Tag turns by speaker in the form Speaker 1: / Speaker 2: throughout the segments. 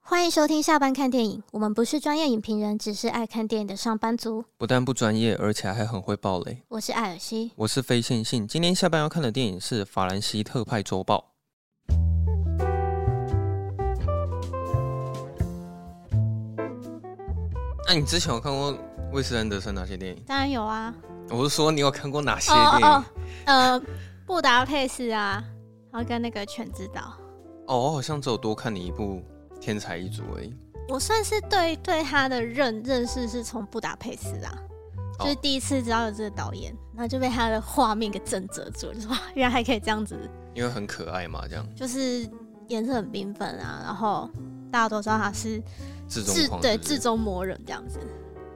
Speaker 1: 欢迎收听下班看电影，我们不是专业影评人，只是爱看电影的上班族。
Speaker 2: 不但不专业，而且还很会爆雷。
Speaker 1: 我是艾尔西，
Speaker 2: 我是非线性，今天下班要看的电影是《法兰西特派周报》。那、你之前有看过魏斯安德森哪些电影？
Speaker 1: 当然有啊，
Speaker 2: 我是说你有看过哪些
Speaker 1: 哦
Speaker 2: 电影？
Speaker 1: 哦，呃，布达佩斯啊，然后跟那个犬之岛，
Speaker 2: 哦我好像只有多看你一部《天才一族》而已。
Speaker 1: 我算是对对他的认认识是从布达佩斯啊，
Speaker 2: 哦
Speaker 1: 就是第一次知道有这个导演，然后就被他的画面给震慑住了，就说哇，原来还可以这样子，
Speaker 2: 因为很可爱嘛，这样
Speaker 1: 就是颜色很缤纷啊，然后大家都知道他是
Speaker 2: 至中
Speaker 1: 至
Speaker 2: 狂
Speaker 1: 对
Speaker 2: 是不是
Speaker 1: 至中魔人这样子，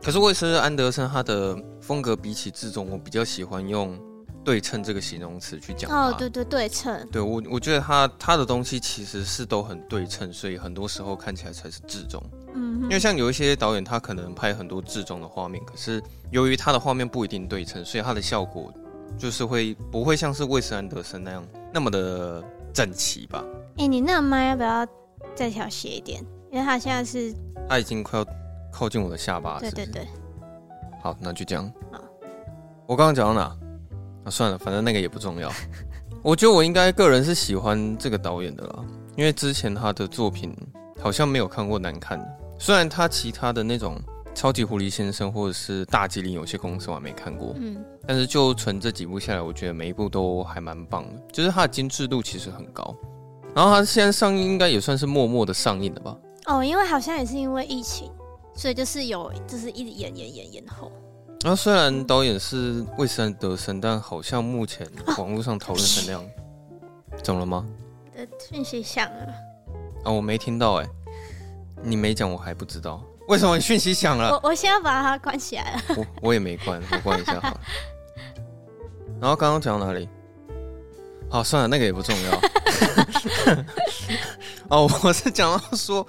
Speaker 2: 可是魏斯安德森他的风格比起至中，我比较喜欢用“对称”这个形容词去讲他。
Speaker 1: 哦，对对对称，
Speaker 2: 对我，我觉得他他的东西其实是都很对称，所以很多时候看起来才是至中。
Speaker 1: 嗯哼，
Speaker 2: 因为像有一些导演，他可能拍很多至中的画面，可是由于他的画面不一定对称，所以他的效果就是会不会像是魏斯安德森那样那么的整齐吧？
Speaker 1: 哎、你那个麦要不要再调斜一点？因为它现在是，
Speaker 2: 他已经快要靠近我的下巴了，
Speaker 1: 对
Speaker 2: 是不
Speaker 1: 对
Speaker 2: 啊是？
Speaker 1: 对，
Speaker 2: 好，那就这样
Speaker 1: 好。
Speaker 2: 我刚刚讲到哪？啊，算了，反正那个也不重要。 我觉得我应该个人是喜欢这个导演的啦，因为之前他的作品好像没有看过难看的。虽然他其他的那种《超级狐狸先生》或者是《大吉林有限公司》我还没看过，
Speaker 1: 嗯，
Speaker 2: 但是就纯这几部下来，我觉得每一部都还蛮棒的，就是它的精致度其实很高。然后它现在上映应该也算是默默的上映了吧？
Speaker 1: 哦，因为好像也是因为疫情，所以就是有，就是一直演演演演后，
Speaker 2: 然后虽然导演是魏斯安德森，但好像目前
Speaker 1: 哦
Speaker 2: 网络上讨论声量，怎么了吗？
Speaker 1: 的呃讯息响了，
Speaker 2: 啊，我没听到哎、你没讲我还不知道，为什么你讯息响了？
Speaker 1: 我我现在把它关起来了。
Speaker 2: 我我也没关，我关一下好了。然后刚刚讲到哪里？好，算了，那个也不重要。 哦，我是讲到说，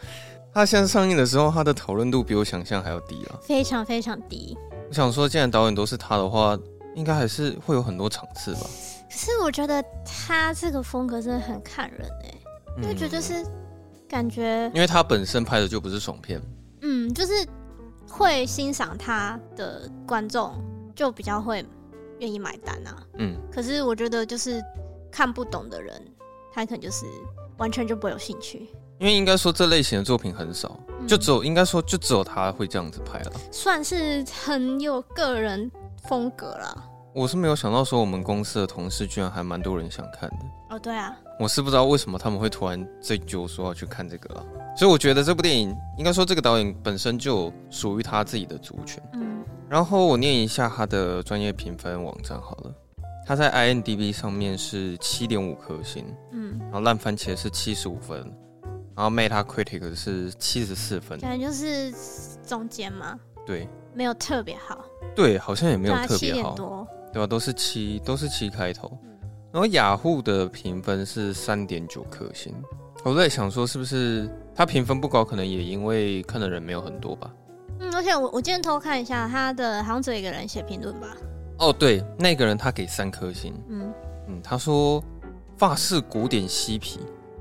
Speaker 2: 他现在上映的时候，他的讨论度比我想象还要低啊。
Speaker 1: 非常非常低，
Speaker 2: 我想说，既然导演都是他的话，应该还是会有很多场次吧。
Speaker 1: 可是我觉得他这个风格真的很看人哎、因为觉得就是
Speaker 2: 嗯
Speaker 1: 感觉，
Speaker 2: 因为他本身拍的就不是爽片，
Speaker 1: 嗯，就是会欣赏他的观众就比较会愿意买单啊。
Speaker 2: 嗯，
Speaker 1: 可是我觉得就是看不懂的人，他可能就是完全就不会有兴趣。
Speaker 2: 因为应该说这类型的作品很少，
Speaker 1: 嗯
Speaker 2: 就只有应该说就只有他会这样子拍了。
Speaker 1: 算是很有个人风格了。
Speaker 2: 我是没有想到说我们公司的同事居然还蛮多人想看的，
Speaker 1: 哦，对啊，
Speaker 2: 我是不知道为什么他们会突然追究说要去看这个了。所以我觉得这部电影应该说这个导演本身就有属于他自己的族群。
Speaker 1: 嗯，
Speaker 2: 然后我念一下他的专业评分网站好了，他在 IMDB 上面是七点五颗星，
Speaker 1: 嗯，
Speaker 2: 然后烂番茄是七十五分，然后 Metacritic 是七十四分，
Speaker 1: 感觉就是中间嘛，
Speaker 2: 对
Speaker 1: 没有特别好，
Speaker 2: 对，好像也没有
Speaker 1: 大概
Speaker 2: 特
Speaker 1: 七
Speaker 2: 别
Speaker 1: 点
Speaker 2: 好，
Speaker 1: 多，
Speaker 2: 对吧、啊都是七，都是七开头
Speaker 1: 嗯。
Speaker 2: 然后雅虎的评分是三点九颗星，我在想说是不是它评分不高，可能也因为看的人没有很多吧。
Speaker 1: 嗯，而且我我今天偷看一下他的，好像只有一个人写评论吧，
Speaker 2: 哦，对，那个人他给三颗星，
Speaker 1: 嗯，
Speaker 2: 嗯，他说法式古典嬉皮，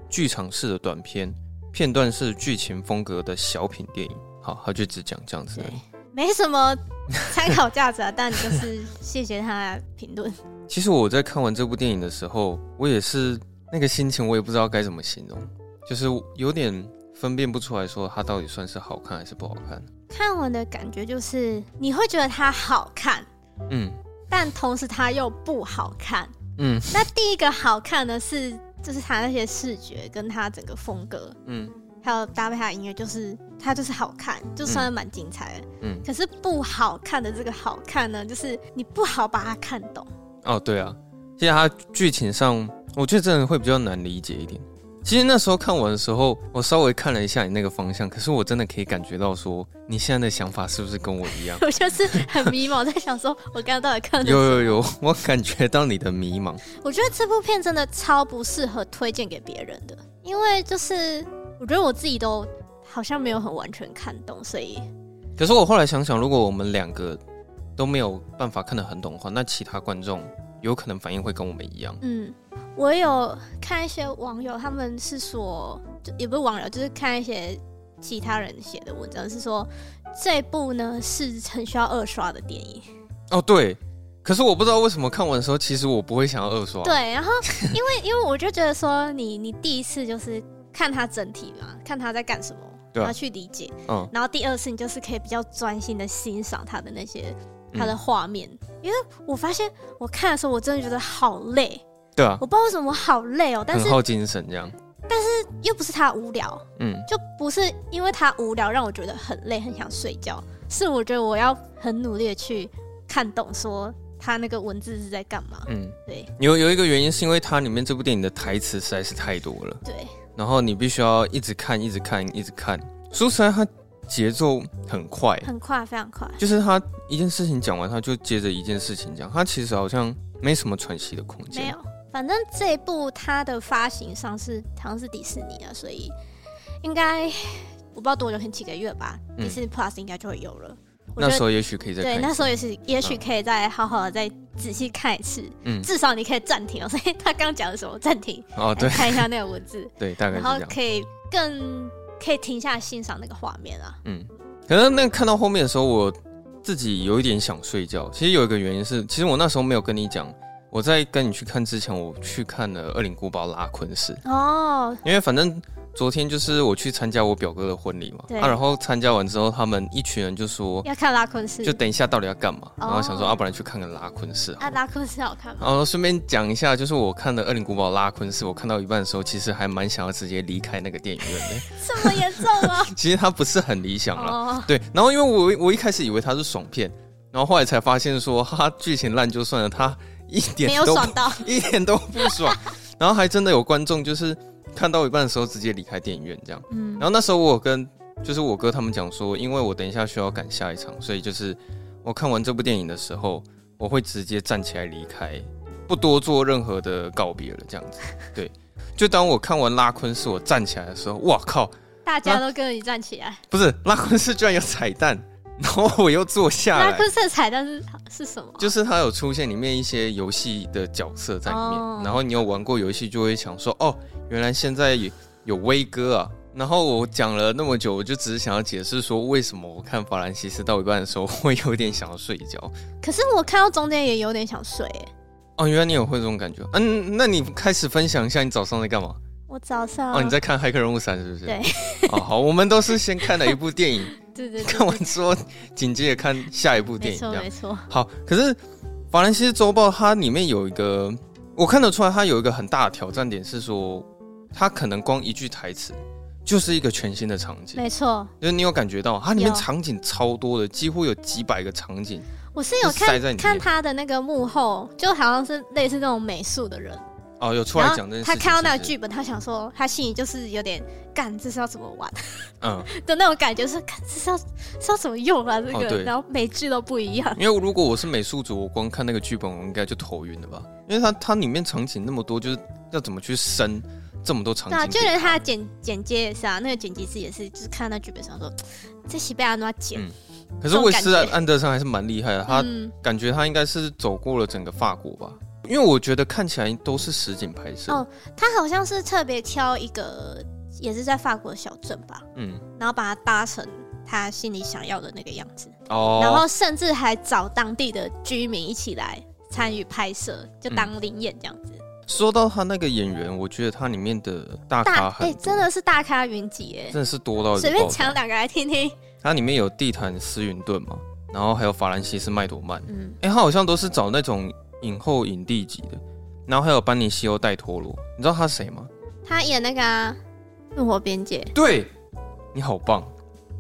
Speaker 2: 剧场式的短片，片段式剧情风格的小品电影。好，他就只讲这样子
Speaker 1: 对
Speaker 2: 而已。，
Speaker 1: 没什么参考价值啊，但就是谢谢他的评论，
Speaker 2: 其实我在看完这部电影的时候，我也是那个心情，我也不知道该怎么形容，就是有点分辨不出来说它到底算是好看还是不好看。
Speaker 1: 看完的感觉就是你会觉得它好看，
Speaker 2: 嗯
Speaker 1: 但同时它又不好看。
Speaker 2: 嗯
Speaker 1: 那第一个好看的是，就是它那些视觉跟它整个风格，
Speaker 2: 嗯，
Speaker 1: 还有搭配它的音乐，就是它就是好看，就算是蛮精彩的。
Speaker 2: 嗯
Speaker 1: 可是不好看的这个好看呢，就是你不好把它看 懂。
Speaker 2: 哦对啊，其实它剧情上，我觉得真的会比较难理解一点。其实那时候看完的时候，我稍微看了一下你那个方向，可是我真的可以感觉到说，你现在的想法是不是跟我一 样？
Speaker 1: 我就是很迷茫，在想说我刚刚到底看了
Speaker 2: 有有有，我感觉到你的迷茫。
Speaker 1: 我觉得这部片真的超不适合推荐给别人的，因为就是我觉得我自己都好像没有很完全看懂，所以
Speaker 2: 可是我后来想想，如果我们两个都没有办法看得很懂的话，那其他观众有可能反应会跟我们一样。
Speaker 1: 嗯，我有看一些网友，他们是说，就也不是网友，就是看一些其他人写的文章，是说这部呢是很需要二刷的电影。
Speaker 2: 哦，对。可是我不知道为什么看完的时候，其实我不会想要二刷。
Speaker 1: 对， 然后因为因为我就觉得说你你第一次就是看它整体嘛，看他在干什么，
Speaker 2: 对啊
Speaker 1: 然后去理解，
Speaker 2: 嗯
Speaker 1: 然后第二次你就是可以比较专心的欣赏他的那些他的画面，
Speaker 2: 嗯
Speaker 1: 因为我发现我看的时候我真的觉得好累，
Speaker 2: 对啊，
Speaker 1: 我不知道为什么我好累哦，但
Speaker 2: 很
Speaker 1: 是
Speaker 2: 耗精神这样。
Speaker 1: 又不是他无聊，
Speaker 2: 嗯，
Speaker 1: 就不是因为他无聊让我觉得很累很想睡觉，是我觉得我要很努力的去看懂说他那个文字是在干嘛，
Speaker 2: 嗯，
Speaker 1: 对
Speaker 2: 有有一个原因是因为它里面这部电影的台词实在是太多了，
Speaker 1: 对，
Speaker 2: 然后你必须要一直看，一直看，一直看。说实在，它节奏很快，
Speaker 1: 很快非常快，
Speaker 2: 就是他一件事情讲完，他就接着一件事情讲，他其实好像没什么喘息的空间。
Speaker 1: 没有，反正这一部它的发行上是好像是迪士尼啊，所以应该我不知道多久，可能几个月吧，
Speaker 2: 嗯
Speaker 1: 迪士尼 Plus 应该就会有了。我
Speaker 2: 那
Speaker 1: 觉
Speaker 2: 时
Speaker 1: 得
Speaker 2: 候也许可以再看
Speaker 1: 对，
Speaker 2: 一次。
Speaker 1: 那时候也是，也许
Speaker 2: 嗯
Speaker 1: 可以再好好的再仔细看一次，
Speaker 2: 嗯，
Speaker 1: 至少你可以暂停哦。所以他刚讲的什么暂停，
Speaker 2: 哦，对
Speaker 1: 看一下那个文字，
Speaker 2: 对，大概
Speaker 1: 然
Speaker 2: 是
Speaker 1: 后
Speaker 2: 这样。
Speaker 1: 可以更可以停下来欣赏那个画面啊。
Speaker 2: 嗯，可能那看到后面的时候，我自己有一点想睡觉。其实有一个原因是，其实我那时候没有跟你讲，我在跟你去看之前，我去看了《恶灵古堡拉昆市》，
Speaker 1: 哦，
Speaker 2: 因为反正昨天就是我去参加我表哥的婚礼嘛，
Speaker 1: 对
Speaker 2: 啊，然后参加完之后，他们一群人就说，
Speaker 1: 要看拉昆斯
Speaker 2: 哦就，等一下到底要干嘛，然后想说，
Speaker 1: 哦
Speaker 2: 啊，不然去看个拉昆市好了
Speaker 1: 啊，拉昆斯好看吗？
Speaker 2: 然后顺便讲一下，就是我看的《恶灵古堡拉昆市》，我看到一半的时候，其实还蛮想要直接离开那个电影院的。
Speaker 1: 这么严重啊？
Speaker 2: 其实它不是很理 想啦，
Speaker 1: 哦，
Speaker 2: 对。然后因为我我一开始以为它是爽片，然后后来才发现说它剧情烂就算了，它一
Speaker 1: 没
Speaker 2: 点
Speaker 1: 有
Speaker 2: 都
Speaker 1: 爽到，
Speaker 2: 一点都不爽。然后还真的有观众就是看到一半的时候直接离开电影院这样。
Speaker 1: 嗯
Speaker 2: 然，后那时候我有跟就是我哥他们讲说，因为我等一下需要赶下一场，所以就是我看完这部电影的时候，我会直接站起来离开，不多做任何的告别了，这样子。对，就当我看完拉昆是我站起来的时候，哇靠，
Speaker 1: 大家都跟你站起来。
Speaker 2: 不是拉昆是居然有彩蛋， 然后我又坐下
Speaker 1: 拉
Speaker 2: 来。
Speaker 1: 昆斯的彩蛋是是什么？
Speaker 2: 就是它有出现里面一些游戏的角色在里面，
Speaker 1: 哦
Speaker 2: 然后你有玩过游戏就会想说，哦，原来现在有有威哥啊。然后我讲了那么久，我就只是想要解释说，为什么我看法兰西斯到一半的时候会有点想要睡觉。
Speaker 1: 可是我看到中间也有点想睡耶。
Speaker 2: 哦，原来你有会这种感觉。嗯、那你开始分享一下你早上在干嘛？
Speaker 1: 我早上
Speaker 2: 哦，你在看《骇客任务三》是不是？
Speaker 1: 对。
Speaker 2: 哦，好，我们都是先看了一部电影，
Speaker 1: 对对
Speaker 2: 看
Speaker 1: 对，
Speaker 2: 完之后紧接着看下一部电
Speaker 1: 没
Speaker 2: 影，这
Speaker 1: 错
Speaker 2: 样。
Speaker 1: 没错，
Speaker 2: 好，可是法兰西斯周报它里面有一个，我看得出来它有一个很大的挑战点是说，它可能光一句台词就是一个全新的场景，
Speaker 1: 没错。
Speaker 2: 就是你有感觉到它里面
Speaker 1: 有
Speaker 2: 场景超多的，几乎有几百个场景。
Speaker 1: 我是有
Speaker 2: 塞在里
Speaker 1: 看看
Speaker 2: 面
Speaker 1: 他的那个幕后，就好像是类似那种美术的人，
Speaker 2: 哦，有出来
Speaker 1: 然后
Speaker 2: 讲这件事
Speaker 1: 他
Speaker 2: 情。
Speaker 1: 看到那
Speaker 2: 是
Speaker 1: 个
Speaker 2: 不是，
Speaker 1: 剧本，他想说他心里就是有点干，这是要怎么玩
Speaker 2: 嗯，
Speaker 1: 的那种感觉，是干这是要是要怎么用啊？这
Speaker 2: 哦
Speaker 1: 个，
Speaker 2: 对
Speaker 1: 然后每句都不一样。
Speaker 2: 因为如果我是美术组，我光看那个剧本，我应该就头晕了吧？因为它它里面场景那么多，就是要怎么去生这么多场
Speaker 1: 对
Speaker 2: 景
Speaker 1: 啊，
Speaker 2: 给？
Speaker 1: 就连他的剪剪接也是啊，那个剪辑师也是，就是看到那剧本上说，这西班牙诺剪，
Speaker 2: 可
Speaker 1: 这
Speaker 2: 是
Speaker 1: 种
Speaker 2: 卫斯
Speaker 1: 感觉
Speaker 2: 安德森还是蛮厉害的，嗯他
Speaker 1: 嗯，
Speaker 2: 感觉他应该是走过了整个法国吧，因为我觉得看起来都是实景拍摄。
Speaker 1: 哦他好像是特别挑一个也是在法国的小镇吧，
Speaker 2: 嗯，
Speaker 1: 然后把它搭成他心里想要的那个样子，
Speaker 2: 哦，
Speaker 1: 然后甚至还找当地的居民一起来参与拍摄，就
Speaker 2: 嗯
Speaker 1: 当灵演这样子。
Speaker 2: 说到他那个演员，我觉得他里面的大咖
Speaker 1: 大哎
Speaker 2: 很多
Speaker 1: 真的是大咖云集耶，
Speaker 2: 真的是多到一个
Speaker 1: 随便
Speaker 2: 爆炸
Speaker 1: 抢。两个来听听。
Speaker 2: 他里面有地毯斯云顿嘛，然后还有法兰西斯麦朵曼，
Speaker 1: 嗯，
Speaker 2: 哎、他好像都是找那种影后影帝级的，然后还有班尼西欧戴托罗，你知道他是谁吗？
Speaker 1: 他演那个、啊《怒火边界》，
Speaker 2: 对，你好棒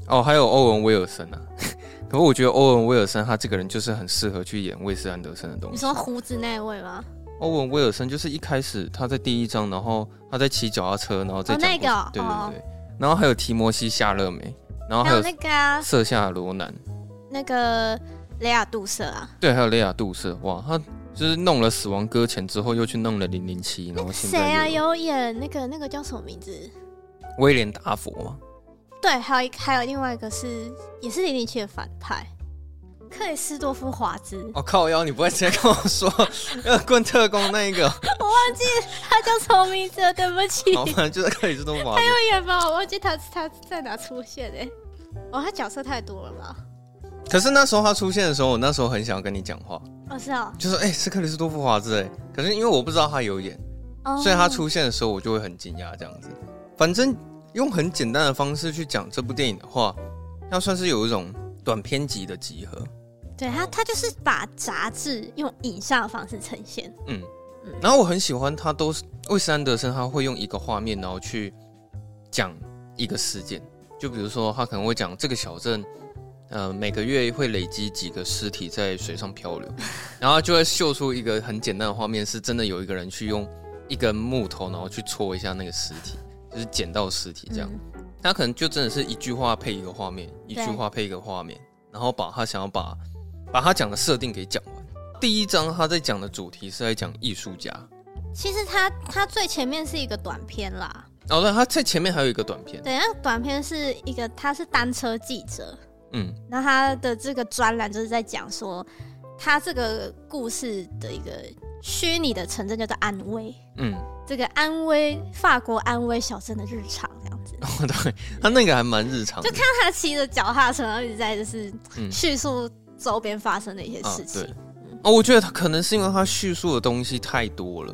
Speaker 2: 哦，还有欧文威尔森啊。 可是我觉得欧文威尔森他这个人就是很适合去演魏斯安德森的东西。
Speaker 1: 你说胡子那位吗？
Speaker 2: 欧文威尔森就是一开始他在第一章，然后他在骑脚踏车，然后再
Speaker 1: 哦
Speaker 2: 讲
Speaker 1: 那
Speaker 2: 故事
Speaker 1: 个哦
Speaker 2: 对
Speaker 1: 哦
Speaker 2: 对对，然后还有提摩西夏勒梅，然后
Speaker 1: 还
Speaker 2: 哦还
Speaker 1: 有
Speaker 2: 有
Speaker 1: 那个、啊、
Speaker 2: 瑟夏罗南，
Speaker 1: 那个雷亚杜瑟啊，
Speaker 2: 对，还有雷亚杜瑟，哇，他就是弄了死亡搁浅之后，又去弄了零零七，然后哦现
Speaker 1: 谁啊？
Speaker 2: 在又
Speaker 1: 有演那个那个叫什么名字？
Speaker 2: 威廉达佛嘛，
Speaker 1: 对，还有一还有另外一个是也是零零七的反派，克里斯多夫·华兹，
Speaker 2: 哦靠腰，你不会直接跟我说呃棍特工那一个？
Speaker 1: 我忘记他叫什么名字了，对不起。
Speaker 2: 好，反正就是克里斯多夫华兹。
Speaker 1: 太远吧，我忘记他他在哪出现哎、哦，他角色太多了吧？
Speaker 2: 可是那时候他出现的时候，我那时候很想要跟你讲话，
Speaker 1: 哦，是哦，
Speaker 2: 就说哎、是克里斯多夫华兹哎，可是因为我不知道他有演，
Speaker 1: 哦
Speaker 2: 所以他出现的时候我就会很惊讶这样子。反正用很简单的方式去讲这部电影的话，它算是有一种短篇集的集合。
Speaker 1: 对他，他就是把杂志用影像的方式呈现。
Speaker 2: 嗯
Speaker 1: 嗯，
Speaker 2: 然后我很喜欢他都是魏斯安德森，他会用一个画面，然后去讲一个事件。就比如说，他可能会讲这个小镇，呃，每个月会累积几个尸体在水上漂流，然后就会秀出一个很简单的画面，是真的有一个人去用一根木头，然后去戳一下那个尸体，就是捡到尸体这样。
Speaker 1: 嗯
Speaker 2: 他可能就真的是一句话配一个画面，一句话配一个画面，然后把他想要把把他讲的设定给讲完。第一章他在讲的主题是在讲艺术家，
Speaker 1: 其实他他最前面是一个短片啦，
Speaker 2: 哦，对，他在前面还有一个短片，
Speaker 1: 对，那短片是一个他是单车记者，
Speaker 2: 嗯，
Speaker 1: 那他的这个专栏就是在讲说他这个故事的一个虚拟的城镇叫做安徽，
Speaker 2: 嗯，
Speaker 1: 这个安徽法国安徽小镇的日常这样子。
Speaker 2: 哦，对，他那个还蛮日常的，
Speaker 1: 就看他骑着脚踏车，然后一直在就是
Speaker 2: 嗯
Speaker 1: 叙述周边发生的一些事情，
Speaker 2: 对，哦，我觉得他可能是因为他叙述的东西太多了，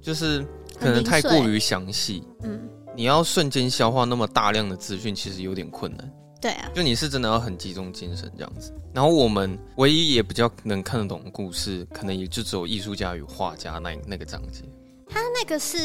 Speaker 2: 就是可能太过于详细，
Speaker 1: 嗯，
Speaker 2: 你要瞬间消化那么大量的资讯，其实有点困难。
Speaker 1: 对啊，
Speaker 2: 就你是真的要很集中精神这样子。然后我们唯一也比较能看得懂的故事，可能也就只有艺术家与画家那那个章节。
Speaker 1: 他那个是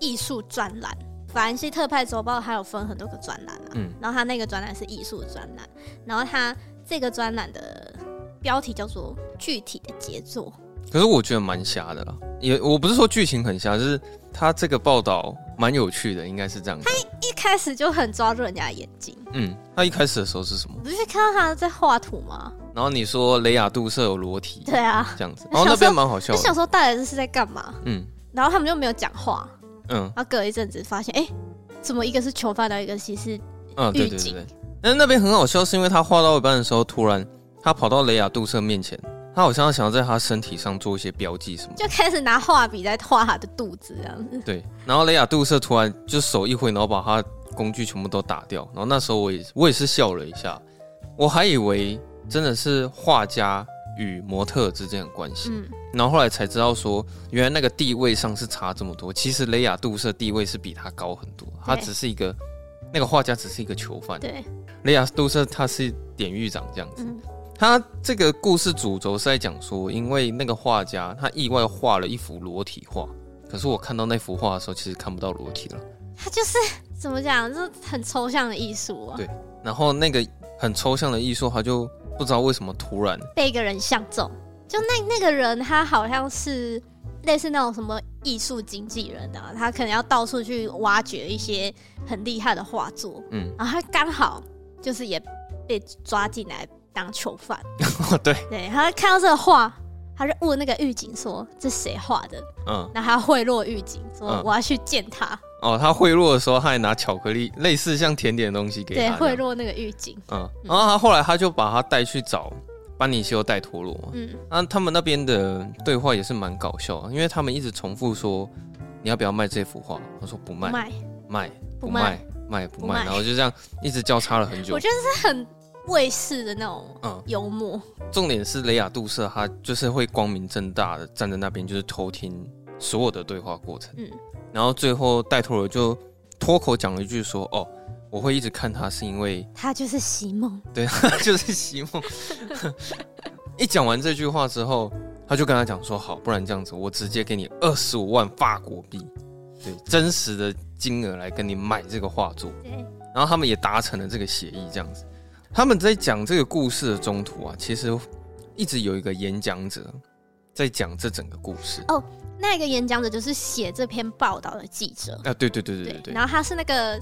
Speaker 1: 艺术专栏，法兰西特派周报还有分很多个专栏啊，
Speaker 2: 嗯
Speaker 1: 然后他那个专栏是艺术专栏，然后他这个专栏的标题叫做“具体的杰作
Speaker 2: 可是我觉得蛮瞎的啦，也我不是说剧情很瞎，就是他这个报道蛮有趣的，应该是这样讲。”，
Speaker 1: 一开始就很抓住人家的眼睛。
Speaker 2: 嗯，他一开始的时候是什么？
Speaker 1: 你不是看到他在画图吗？
Speaker 2: 然后你说雷雅杜舍有裸体，
Speaker 1: 对 啊，
Speaker 2: 这样子，哦
Speaker 1: 我
Speaker 2: 然后那
Speaker 1: 想说
Speaker 2: 边蛮好笑
Speaker 1: 我
Speaker 2: 的。
Speaker 1: 想说大人是在干嘛？
Speaker 2: 嗯
Speaker 1: 然后他们就没有讲话，
Speaker 2: 嗯
Speaker 1: 然后隔一阵子发现，哎、怎么一个是囚犯，然后一个其实
Speaker 2: 嗯，对
Speaker 1: 狱
Speaker 2: 对对
Speaker 1: 警
Speaker 2: 对。但是那边很好笑，是因为他画到一半的时候，突然他跑到雷雅杜舍面前，他好像想要在他身体上做一些标记什么的。
Speaker 1: 就开始拿画笔在画他的肚子这样子。
Speaker 2: 对，然后雷亚杜舍突然就手一挥，然后把他工具全部都打掉。然后那时候我也我也是笑了一下，我还以为真的是画家与模特之间的关系，
Speaker 1: 嗯，
Speaker 2: 然后后来才知道说，原来那个地位上是差这么多。其实雷亚杜舍地位是比他高很多，他只是一个那个画家只是一个囚犯，
Speaker 1: 对，
Speaker 2: 雷亚杜舍他是典狱长这样子。
Speaker 1: 嗯
Speaker 2: 他这个故事主轴是在讲说，因为那个画家他意外画了一幅裸体画，可是我看到那幅画的时候，其实看不到裸体了。
Speaker 1: 他就是怎么讲，就是很抽象的艺术啊
Speaker 2: 对，然后那个很抽象的艺术，他就不知道为什么突然，
Speaker 1: 被一个人相中。就那那个人，他好像是类似那种什么艺术经纪人啊，他可能要到处去挖掘一些很厉害的画作，
Speaker 2: 嗯，
Speaker 1: 然后他刚好就是也被抓进来当囚犯。
Speaker 2: 哦对，
Speaker 1: 对，他看到这个画，他就问那个狱警说：“这谁画的？”
Speaker 2: 嗯，
Speaker 1: 然后他贿赂狱警说
Speaker 2: 嗯：“
Speaker 1: 我要去见他。
Speaker 2: 哦，他贿赂的时候，他还拿巧克力，类似像甜点的东西给
Speaker 1: 对，
Speaker 2: 他，
Speaker 1: 贿，赂那个狱警。
Speaker 2: 嗯，然后他后来他就把他带去找班尼修戴陀罗嘛，
Speaker 1: 嗯，
Speaker 2: 那他们那边的对话也是蛮搞笑的，因为他们一直重复说，你要不要卖这幅画？他说不卖，
Speaker 1: 卖，
Speaker 2: 卖
Speaker 1: 不
Speaker 2: 不
Speaker 1: 卖
Speaker 2: 卖卖不
Speaker 1: 不
Speaker 2: 卖，
Speaker 1: 卖
Speaker 2: 然后就这样一直交叉了很久
Speaker 1: 我。觉得是很卫视的那种
Speaker 2: 嗯，
Speaker 1: 幽默。
Speaker 2: 重点是雷亚杜舍他就是会光明正大的站在那边，就是偷听所有的对话过程。
Speaker 1: 嗯，
Speaker 2: 然后最后戴托尔就脱口讲了一句说：“哦，我会一直看他，是因为
Speaker 1: 他就是席梦，
Speaker 2: 对， 就是席梦。”一讲完这句话之后，他就跟他讲说：“好，不然这样子，我直接给你二十五万法国币，对，真实的金额来跟你买这个画作。”
Speaker 1: 对，
Speaker 2: 然后他们也达成了这个协议，这样子。他们在讲这个故事的中途啊，其实一直有一个演讲者在讲这整个故事。
Speaker 1: 那个演讲者就是写这篇报道的记者。
Speaker 2: 啊，对对对对对对，
Speaker 1: 然后他是那个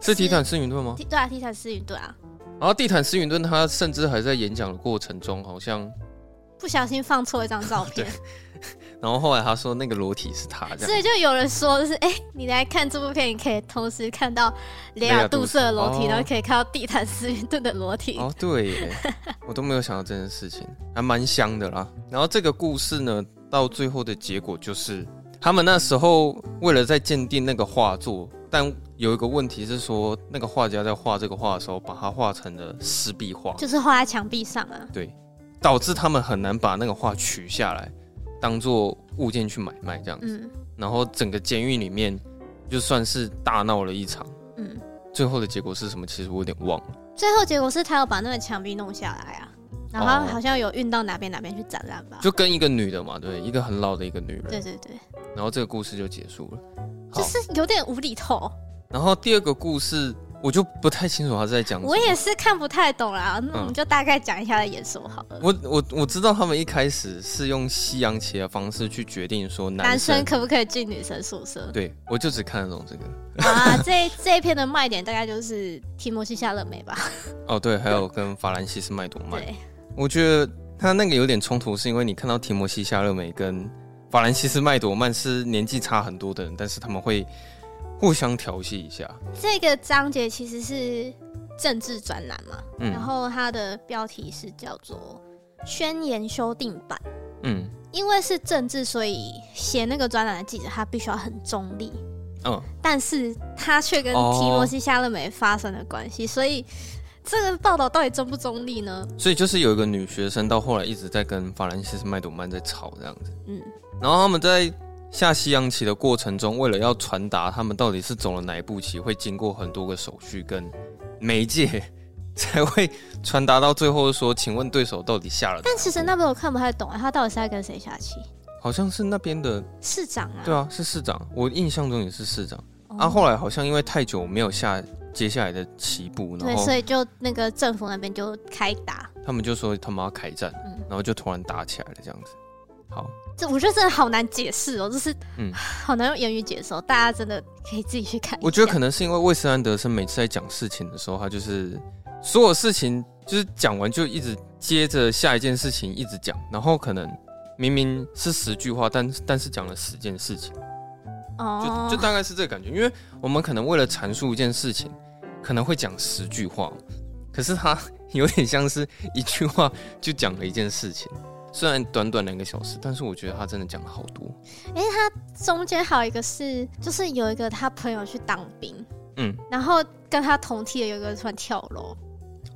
Speaker 2: 是地毯斯云顿吗？
Speaker 1: 对啊，地产思云对啊，
Speaker 2: 然后地毯斯云顿他甚至还在演讲的过程中，好像
Speaker 1: 不小心放错一张照片，
Speaker 2: 然后后来他说那个裸体是他这
Speaker 1: 所
Speaker 2: 样，
Speaker 1: 以就有人说，就是哎、你来看这部片，你可以同时看到雷
Speaker 2: 雷
Speaker 1: 亚
Speaker 2: 亚
Speaker 1: 杜
Speaker 2: 杜
Speaker 1: 瑟的裸体，
Speaker 2: 哦
Speaker 1: 然后可以看到地毯斯云顿的裸体。
Speaker 2: 哦对耶，我都没有想到这件事情，还蛮香的啦。然后这个故事呢，到最后的结果就是他们那时候为了在鉴定那个画作，但有一个问题是说，那个画家在画这个画的时候，把它画成了湿壁画，
Speaker 1: 就是画在墙壁上啊，
Speaker 2: 对，导致他们很难把那个画取下来，当做物件去买卖这样子。
Speaker 1: 嗯
Speaker 2: 然后整个监狱里面就算是大闹了一场，
Speaker 1: 嗯。
Speaker 2: 最后的结果是什么？其实我有点忘了。
Speaker 1: 最后结果是他有把那个墙壁弄下来啊，然后
Speaker 2: 哦
Speaker 1: 好像有运到哪边哪边去展览吧。
Speaker 2: 就跟一个女的嘛，对，一个很老的一个女
Speaker 1: 对
Speaker 2: 人，
Speaker 1: 对对，
Speaker 2: 然后这个故事就结束了。好
Speaker 1: 就是有点无厘头，
Speaker 2: 然后第二个故事我就不太清楚他在讲什么。
Speaker 1: 我也是看不太懂啦。那我们
Speaker 2: 嗯
Speaker 1: 就大概讲一下在演什么好了。
Speaker 2: 我我我知道他们一开始是用西洋棋的方式去决定说
Speaker 1: 男
Speaker 2: 男生，
Speaker 1: 生可不可以进女生宿舍？
Speaker 2: 对我就只看得懂这个
Speaker 1: 啊，这这一篇的卖点大概就是提摩西夏勒梅吧？
Speaker 2: 哦，对，还有跟法兰西斯麦朵曼，
Speaker 1: 对，
Speaker 2: 我觉得他那个有点冲突，是因为你看到提摩西·夏勒梅跟法兰西斯·麦朵曼是年纪差很多的人，但是他们会互相调戏一下。
Speaker 1: 这个章节其实是政治专栏嘛，
Speaker 2: 嗯
Speaker 1: 然后它的标题是叫做《宣言修订版》。
Speaker 2: 嗯
Speaker 1: 因为是政治，所以写那个专栏的记者他必须要很中立，
Speaker 2: 嗯，
Speaker 1: 但是他却跟提
Speaker 2: 哦
Speaker 1: 摩西·夏勒梅发生了关系，所以这个报道到底中不中立呢？
Speaker 2: 所以就是有一个女学生到后来一直在跟法兰西斯·麦朵曼在吵这样子，
Speaker 1: 嗯，
Speaker 2: 然后他们在。下西洋棋的过程中，为了要传达他们到底是走了哪一步棋，会经过很多个手续跟媒介， 才会传达到最后说，请问对手到底下了？
Speaker 1: 但其实那边我看不太懂、啊，他到底是在跟谁下棋？
Speaker 2: 好像是那边的，
Speaker 1: 市长啊？
Speaker 2: 对啊，是市长，我印象中也是市长。
Speaker 1: 哦
Speaker 2: 啊，后来好像因为太久没有下接下来的棋步，然
Speaker 1: 对，
Speaker 2: 后
Speaker 1: 所以就那个政府那边就开打，
Speaker 2: 他们就说他们要开战，
Speaker 1: 嗯
Speaker 2: 然后就突然打起来了这样子。好，
Speaker 1: 这我觉得真的好难解释哦，就是
Speaker 2: 嗯
Speaker 1: 好难用言语解释哦，大家真的可以自己去看一下。
Speaker 2: 我觉得可能是因为魏斯安德森每次在讲事情的时候，他就是所有事情就是讲完就一直接着下一件事情一直讲，然后可能明明是十句话，但但是讲了十件事情，
Speaker 1: 哦
Speaker 2: 就就大概是这个感觉。因为我们可能为了阐述一件事情，可能会讲十句话，可是他有点像是一句话就讲了一件事情。虽然短短两个小时，但是我觉得他真的讲了好多。
Speaker 1: 中间还有一个是，就是有一个他朋友去当兵，
Speaker 2: 嗯，
Speaker 1: 然后跟他同梯的有一个人突然跳楼，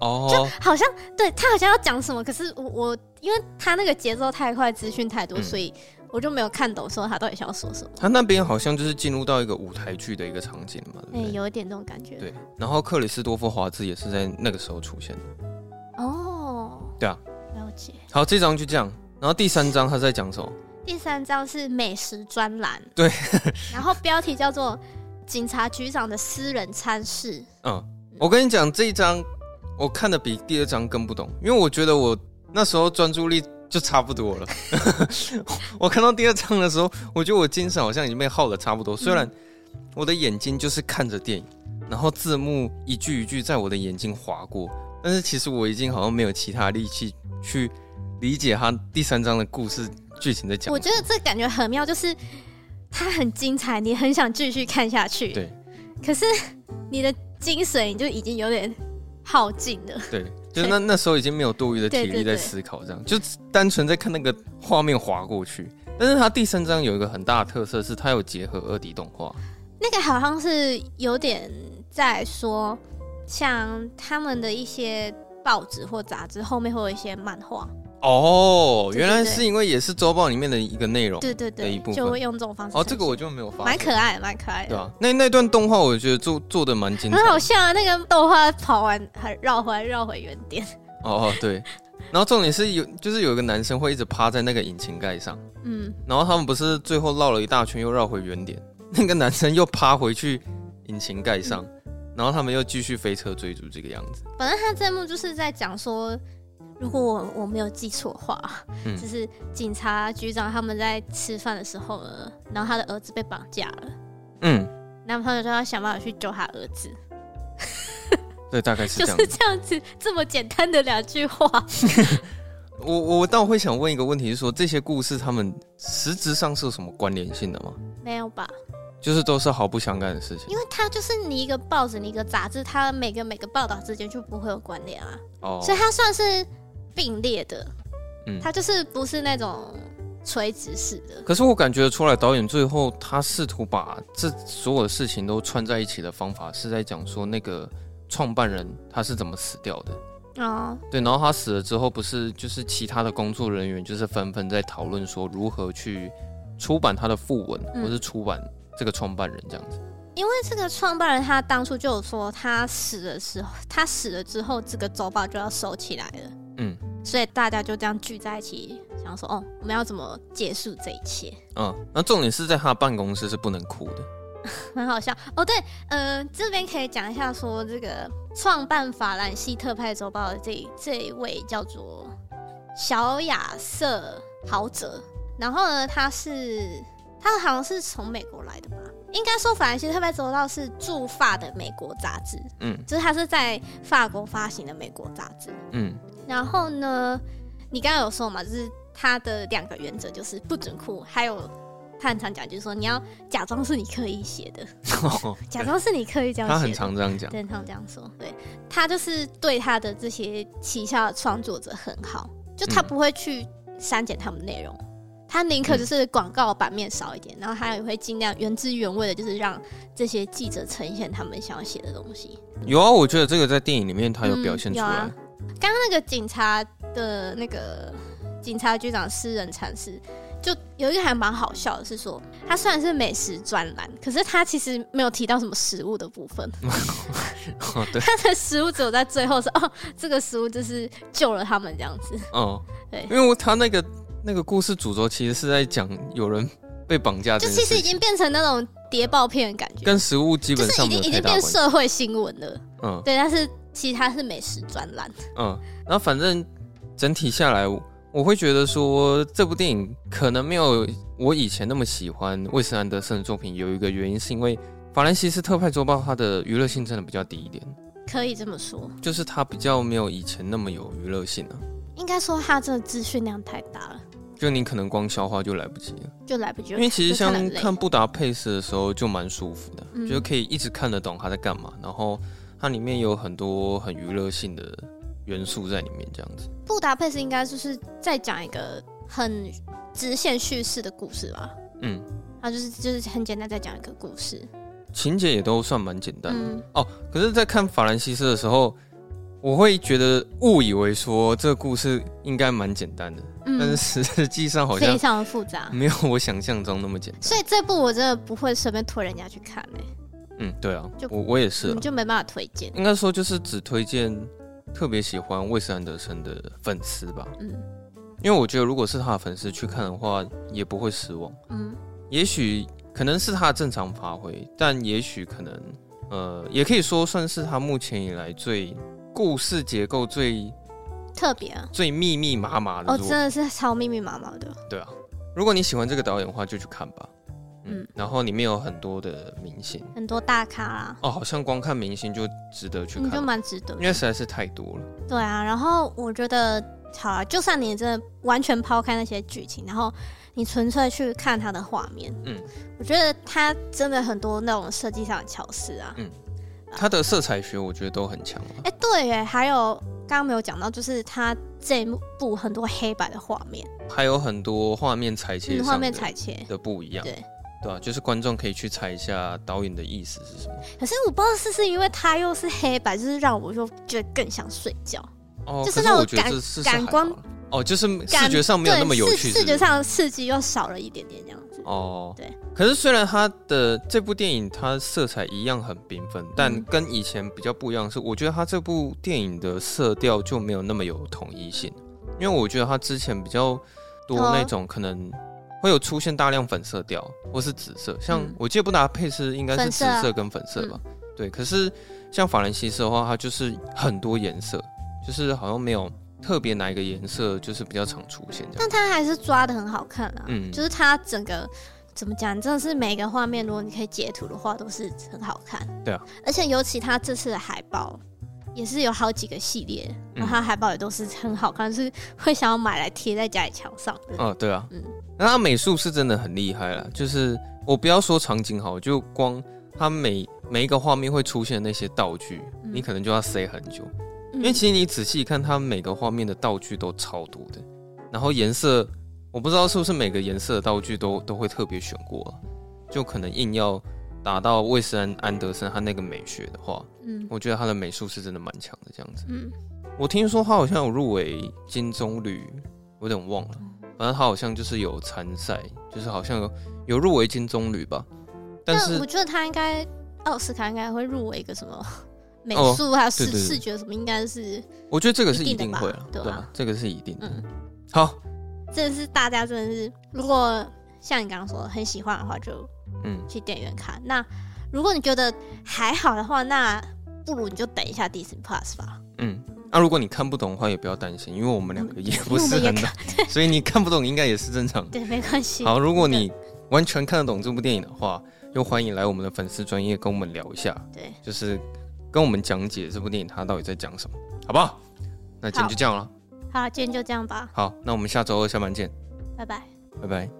Speaker 2: 哦，
Speaker 1: 好像对他好像要讲什么，可是我我因为他那个节奏太快，资讯太多，
Speaker 2: 嗯
Speaker 1: 所以我就没有看懂说他到底想要说什么。
Speaker 2: 他那边好像就是进入到一个舞台剧的一个场景嘛，对不
Speaker 1: 哎、
Speaker 2: 对？
Speaker 1: 有一点这种感觉。
Speaker 2: 对，然后克里斯多夫·华兹也是在那个时候出现的。
Speaker 1: 哦，
Speaker 2: 对啊，
Speaker 1: 了解。
Speaker 2: 好，这章就这样。然后第三章他在讲什么？
Speaker 1: 第三章是美食专栏，
Speaker 2: 对，
Speaker 1: 然后标题叫做“警察局长的私人餐室
Speaker 2: 嗯，我跟你讲，这一章我看的比第二章更不懂，因为我觉得我那时候专注力就差不多了。 我看到第二章的时候，我觉得我精神好像已经被耗的差不多，虽然我的眼睛就是看着电影，然后字幕一句一句在我的眼睛划过，但是其实我已经好像没有其他力气去理解他第三章的故事剧情在”，讲
Speaker 1: 我。觉得这感觉很妙，就是它很精彩，你很想继续看下去，
Speaker 2: 对，
Speaker 1: 可是你的精神你就已经有点耗尽了。
Speaker 2: 对，就是那那时候已经没有多余的体
Speaker 1: 对对
Speaker 2: 力
Speaker 1: 对
Speaker 2: 在思考，这样就单纯在看那个画面划过去。但是它第三章有一个很大的特色是，它有结合二 D 动画。
Speaker 1: 那个好像是有点在说，像他们的一些报纸或杂志后面会有一些漫画，
Speaker 2: 哦，
Speaker 1: 对对
Speaker 2: 原来是因为也是周报里面的一个内容。
Speaker 1: 对对
Speaker 2: 的
Speaker 1: 对
Speaker 2: 一部，分
Speaker 1: 就会用这种方式呈
Speaker 2: 哦，
Speaker 1: 现。
Speaker 2: 这个我就没有发
Speaker 1: 蛮
Speaker 2: 现。
Speaker 1: 可爱的，蛮可爱的。
Speaker 2: 对啊，那那段动画我觉得做做的蛮 精彩
Speaker 1: 很好
Speaker 2: 的。哦
Speaker 1: 笑啊！那个豆花跑完还绕回来，绕回原点。
Speaker 2: 哦哦，对。然后重点是有，就是有一个男生会一直趴在那个引擎盖上，
Speaker 1: 嗯，
Speaker 2: 然后他们不是最后绕了一大圈，又绕回原点， 那个男生又趴回去引擎盖上，然后他们又继续飞车追逐这个样子。
Speaker 1: 反正他这幕就是在讲说，如果我我没有记错的话，
Speaker 2: 嗯
Speaker 1: 就是警察局长他们在吃饭的时候呢，然后他的儿子被绑架了，
Speaker 2: 嗯，
Speaker 1: 那么他们就要想办法去救他儿子，
Speaker 2: 对，大概是
Speaker 1: 就
Speaker 2: 这样。
Speaker 1: 是这样子，这么简单的两句话。
Speaker 2: 我我倒会想问一个问题，是说这些故事他们实质上是有什么关联性的吗？
Speaker 1: 没有吧？
Speaker 2: 就是都是毫不相干的事情
Speaker 1: 因为它就是你一个报纸，你一个杂志，它每个每个报道之间就不会有关联啊，
Speaker 2: 哦
Speaker 1: 所以它算是并列的，
Speaker 2: 嗯
Speaker 1: 它就是不是那种垂直式的，
Speaker 2: 可是我感觉出来，导演最后他试图把这所有的事情都串在一起的方法，是在讲说那个创办人他是怎么死掉的。
Speaker 1: 哦，
Speaker 2: 对，然后他死了之后，不是就是其他的工作人员就是纷纷在讨论说如何去出版他的讣文，
Speaker 1: 嗯
Speaker 2: 或是出版这个创办人这样子。
Speaker 1: 因为这个创办人他当初就有说，他死的时候，他死了之后，这个周报就要收起来了。
Speaker 2: 嗯，
Speaker 1: 所以大家就这样聚在一起，想说，哦，我们要怎么结束这一切？
Speaker 2: 嗯，那重点是在他办公室是不能哭的。
Speaker 1: 很好笑哦。对，呃，这边可以讲一下说，这个创办法兰西特派周报的这一这一位叫做小亚瑟豪泽，然后呢，他是他好像是从美国来的吧？应该说，法兰西特派周报是驻法的美国杂志，
Speaker 2: 嗯
Speaker 1: 就是它是在法国发行的美国杂志。
Speaker 2: 嗯
Speaker 1: 然后呢，你刚刚有说嘛，就是他的两个原则就是不准哭，还有他很常讲，就是说你要假装是你刻意写的，假装是你刻意这样写
Speaker 2: 他
Speaker 1: 的。
Speaker 2: 很常这样嗯讲。
Speaker 1: 对，他这样说，对他就是对他的这些旗下的创作者很好，就他
Speaker 2: 嗯
Speaker 1: 不会去删减他们内容，他宁可就是广告版面少一点，
Speaker 2: 嗯
Speaker 1: 然后他也会尽量原汁原味的，就是让这些记者呈现他们想要写的东西。
Speaker 2: 有啊，我觉得这个在电影里面他有表现
Speaker 1: 嗯
Speaker 2: 出
Speaker 1: 有
Speaker 2: 来。
Speaker 1: 啊刚刚那个警察的那个警察局长私人阐释，就有一个还蛮好笑的是说，他虽然是美食专栏，可是他其实没有提到什么食物的部分，
Speaker 2: 哦， 对，
Speaker 1: 他的食物只有在最后说哦，这个食物就是救了他们这样子。
Speaker 2: 哦，
Speaker 1: 对
Speaker 2: 因为我他那个那个故事主轴其实是在讲有人被绑架这
Speaker 1: 就
Speaker 2: 件
Speaker 1: 其
Speaker 2: 事
Speaker 1: 实
Speaker 2: 情，
Speaker 1: 已经变成那种谍报片的感觉，
Speaker 2: 跟食物基
Speaker 1: 就
Speaker 2: 本
Speaker 1: 是
Speaker 2: 上
Speaker 1: 已
Speaker 2: 没
Speaker 1: 经
Speaker 2: 有
Speaker 1: 已
Speaker 2: 太
Speaker 1: 经
Speaker 2: 大
Speaker 1: 变
Speaker 2: 关系。
Speaker 1: 社会新闻了。
Speaker 2: 嗯
Speaker 1: 对，但是其实它是美食专栏，
Speaker 2: 嗯，然后反正整体下来，我我会觉得说这部电影可能没有我以前那么喜欢魏斯安德森的作品，有一个原因是因为法兰西斯特派周报它的娱乐性真的比较低一点，
Speaker 1: 可以这么说。
Speaker 2: 就是它比较没有以前那么有娱乐性啊，
Speaker 1: 应该说它这个资讯量太大了，
Speaker 2: 就你可能光消化就来不及了。
Speaker 1: 就来不及。
Speaker 2: 因为其实
Speaker 1: 就看
Speaker 2: 像
Speaker 1: 得很累
Speaker 2: 看布达佩斯的时候就蛮舒服的，
Speaker 1: 嗯
Speaker 2: 就是可以一直看得懂他在干嘛，然后它里面有很多很娱乐性的元素在里面，这样子。
Speaker 1: 布达佩斯应该就是在讲一个很直线叙事的故事吧，
Speaker 2: 嗯，
Speaker 1: 它就是就是很简单在讲一个故事，
Speaker 2: 情节也都算蛮简单的。
Speaker 1: 嗯，
Speaker 2: 可是，在看法兰西斯的时候，我会觉得误以为说这个故事应该蛮简单的，但
Speaker 1: 嗯
Speaker 2: 是实际上好
Speaker 1: 非
Speaker 2: 像嗯
Speaker 1: 常的复杂，
Speaker 2: 没有我想象中那么简单。
Speaker 1: 所以这部我真的不会随便推人家去看欸诶、
Speaker 2: 嗯，对啊
Speaker 1: 就，
Speaker 2: 我我也是啊、
Speaker 1: 你就没办法推荐，
Speaker 2: 应该说就是只推荐特别喜欢魏斯安德森的粉丝吧。
Speaker 1: 嗯
Speaker 2: 因为我觉得，如果是他的粉丝去看的话，也不会失望。
Speaker 1: 嗯，
Speaker 2: 也许可能是他的正常发挥，但也许可能，呃，也可以说算是他目前以来最故事结构最
Speaker 1: 特别、啊、
Speaker 2: 最密密麻麻的
Speaker 1: 哦，真
Speaker 2: 作品。
Speaker 1: 的是超密密麻麻的，
Speaker 2: 对啊，如果你喜欢这个导演的话，就去看吧。嗯
Speaker 1: 嗯，
Speaker 2: 然后里面有很多的明星
Speaker 1: 很多大咖啦，
Speaker 2: 哦，好像光看明星就值得去
Speaker 1: 你就
Speaker 2: 看，
Speaker 1: 蛮值得的
Speaker 2: 因，为实在是太多了。
Speaker 1: 对啊，然后我觉得，好啊，就算你真的完全抛开那些剧情，然后你纯粹去看它的画面，
Speaker 2: 嗯
Speaker 1: 嗯，我觉得它真的很多那种设计上的巧思啊。
Speaker 2: 嗯他的色彩学我觉得都很强啊。
Speaker 1: 哎、对耶，还有刚刚没有讲到，就是它这一部很多黑白的画面，
Speaker 2: 还有很多画面裁
Speaker 1: 嗯，
Speaker 2: 切上
Speaker 1: 画面
Speaker 2: 的
Speaker 1: 裁切。
Speaker 2: 的不一样，
Speaker 1: 对
Speaker 2: 对啊，就是观众可以去猜一下导演的意思是什么。
Speaker 1: 可是我不知道是不是因为它又是黑白，就是让我就觉得更想睡觉，
Speaker 2: 哦，
Speaker 1: 就是
Speaker 2: 可是
Speaker 1: 那种
Speaker 2: 我觉得
Speaker 1: 感
Speaker 2: 这是
Speaker 1: 感官
Speaker 2: 哦，就是视
Speaker 1: 感
Speaker 2: 觉上没有那么有
Speaker 1: 对
Speaker 2: 趣，
Speaker 1: 视视
Speaker 2: 是不是
Speaker 1: 觉上的刺激又少了一点点这样子。
Speaker 2: 哦，
Speaker 1: 对。
Speaker 2: 可是虽然它的这部电影它色彩一样很缤纷，
Speaker 1: 嗯
Speaker 2: 但跟以前比较不一样的是，我觉得它这部电影的色调就没有那么有统一性，因为我觉得它之前比较多
Speaker 1: 哦
Speaker 2: 那种可能。会有出现大量粉色调或是紫色，像
Speaker 1: 嗯
Speaker 2: 我记得布达佩斯应该是
Speaker 1: 粉
Speaker 2: 紫
Speaker 1: 色啊
Speaker 2: 色跟粉色吧，对。可是像法兰西斯的话，它就是很多颜色，就是好像没有特别哪一个颜色就是比较常出现这
Speaker 1: 但
Speaker 2: 样。
Speaker 1: 它还是抓的很好看啊，
Speaker 2: 嗯
Speaker 1: 就是它整个怎么讲，真的是每个画面，如果你可以截图的话，都是很好看。
Speaker 2: 对啊，
Speaker 1: 而且尤其它这次的海报，也是有好几个系列，然
Speaker 2: 嗯
Speaker 1: 后它海报也都是很好看，是会想要买来贴在家里墙上的。
Speaker 2: 哦，对啊，
Speaker 1: 嗯
Speaker 2: 那他美术是真的很厉害啦，就是我不要说场景好，就光他每每一个画面会出现的那些道具，
Speaker 1: 嗯
Speaker 2: 你可能就要塞很久，
Speaker 1: 因
Speaker 2: 因为其实你仔细看，它每个画面的道具都超多的，然后颜色，我不知道是不是每个颜色的道具都都会特别选过、啊，就可能硬要达到魏斯安安德森他那个美学的话，
Speaker 1: 嗯
Speaker 2: 我觉得他的美术是真的蛮强的这样子。
Speaker 1: 嗯
Speaker 2: 我听说他好像有入围金棕榈，我有点忘了，
Speaker 1: 嗯
Speaker 2: 反正他好像就是有参赛，就是好像有有入围金棕榈吧，但
Speaker 1: 但
Speaker 2: 是
Speaker 1: 我觉得他应该奥斯卡应该会入围一个什么美
Speaker 2: 哦
Speaker 1: 术还有视
Speaker 2: 对对对
Speaker 1: 视觉什么，应该是
Speaker 2: 我觉得这个是
Speaker 1: 一
Speaker 2: 一
Speaker 1: 定的
Speaker 2: 定
Speaker 1: 吧
Speaker 2: 会啊，
Speaker 1: 对
Speaker 2: 对
Speaker 1: 啊
Speaker 2: 啊，这个是一定的。
Speaker 1: 嗯，
Speaker 2: 好，
Speaker 1: 真的是大家真的是，如果像你刚刚说很喜欢的话，就
Speaker 2: 嗯，
Speaker 1: 去电影院看。那如果你觉得还好的话，那不如你就等一下 Disney Plus 吧。
Speaker 2: 嗯，那、如果你看不懂的话，也不要担心，因为我们两个也不
Speaker 1: 嗯因
Speaker 2: 是
Speaker 1: 为我们也
Speaker 2: 很懂， 所以你看不懂应该也是正常的。
Speaker 1: 对，没关系。
Speaker 2: 好，如果你完全看得懂这部电影的话，又欢迎来我们的粉丝专业跟我们聊一下，
Speaker 1: 对，
Speaker 2: 就是跟我们讲解这部电影它到底在讲什么，好不好？那今天就这样了，
Speaker 1: 好，今天就这样吧，
Speaker 2: 好，那我们下周二下班见，
Speaker 1: 拜拜。
Speaker 2: 拜拜。